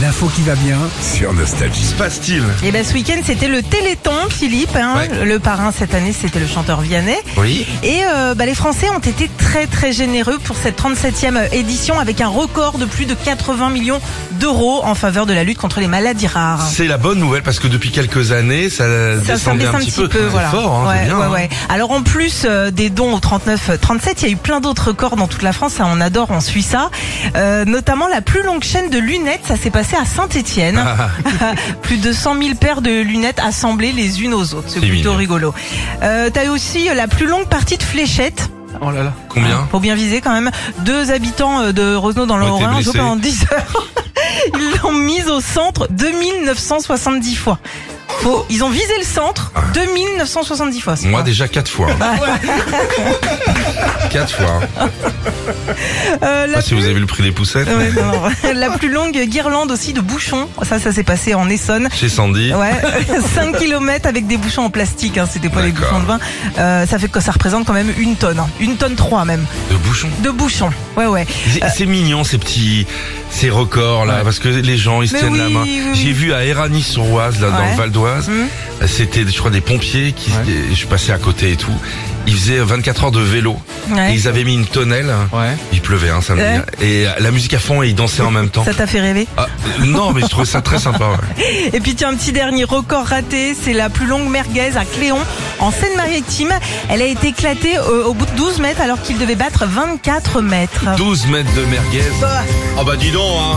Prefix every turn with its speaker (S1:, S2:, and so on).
S1: L'info qui va bien.
S2: sur Nostalgie.
S3: passe-t-il
S4: Et ben ce week-end c'était le Téléthon, Philippe. hein.
S3: Ouais.
S4: Le parrain cette année c'était le chanteur Vianney.
S3: Oui.
S4: Et euh, bah, les Français ont été très très généreux pour cette 37e édition avec un record de plus de 80 millions d'euros en faveur de la lutte contre les maladies rares.
S3: C'est la bonne nouvelle parce que depuis quelques années, ça,
S4: Ça, ça
S3: descendait
S4: baisse
S3: un petit peu. C'est
S4: voilà.
S3: fort, hein,
S4: Ouais,
S3: c'est bien.
S4: ouais,
S3: hein.
S4: ouais. Alors en plus euh, des dons au 39-37, il y a eu plein d'autres records dans toute la France. ça, on adore, on suit ça. Euh, notamment la plus longue chaîne de lunettes, ça s'est passé à Saint-Étienne.
S3: Ah,
S4: plus de 100 000 paires de lunettes assemblées les unes aux autres. C'est
S3: C'est
S4: plutôt
S3: mignon.
S4: rigolo. Euh, T'as eu aussi la plus longue partie de fléchette. Oh là là.
S3: combien
S4: Faut bien viser quand même. Deux habitants euh, de Rosno dans le
S3: Ont été
S4: Haut-Rhin, je
S3: blessés.
S4: pas en 10 heures. Ils l'ont mise au centre 2970 fois. Faut, ils ont visé le centre 2970 fois. c'est
S3: Ah. Moi
S4: pas-
S3: déjà quatre fois.
S4: Bah,
S3: quatre fois. hein.
S4: Euh, la
S3: Ah, si vous avez vu le prix des poussettes
S4: Ouais, non, non. La plus longue guirlande aussi de bouchons. Ça, ça s'est passé en Essonne.
S3: chez Sandy.
S4: Ouais, 5 km avec des bouchons en plastique, hein, c'était pas les
S3: D'accord.
S4: bouchons de vin. Euh, ça fait que ça représente quand même une tonne, hein. une tonne 3 même,
S3: De bouchons.
S4: de bouchons. Ouais, ouais.
S3: C'est c'est mignon ces petits, ces records là, parce que les gens ils se
S4: Mais
S3: tiennent
S4: oui,
S3: la main.
S4: oui, oui.
S3: J'ai vu à Éragny-sur-Oise là dans
S4: Ouais. Hum.
S3: le Val d'Oise, c'était je crois des pompiers qui, je passais à côté et tout. Ils faisaient 24 heures de vélo
S4: Ouais.
S3: et ils avaient mis une tonnelle. Il pleuvait hein, samedi
S4: Ouais.
S3: et euh, la musique à fond et ils dansaient en même temps.
S4: Ça t'a fait rêver.
S3: Ah, euh, non mais je trouvais ça très sympa. ouais.
S4: Et puis tiens, un petit dernier record raté, c'est la plus longue merguez à Cléon, en Seine-Maritime. Elle a été éclatée euh, au bout de 12 mètres alors qu'il devait battre 24 mètres.
S3: 12 mètres de merguez.
S4: Ah.
S3: Ah bah dis donc hein.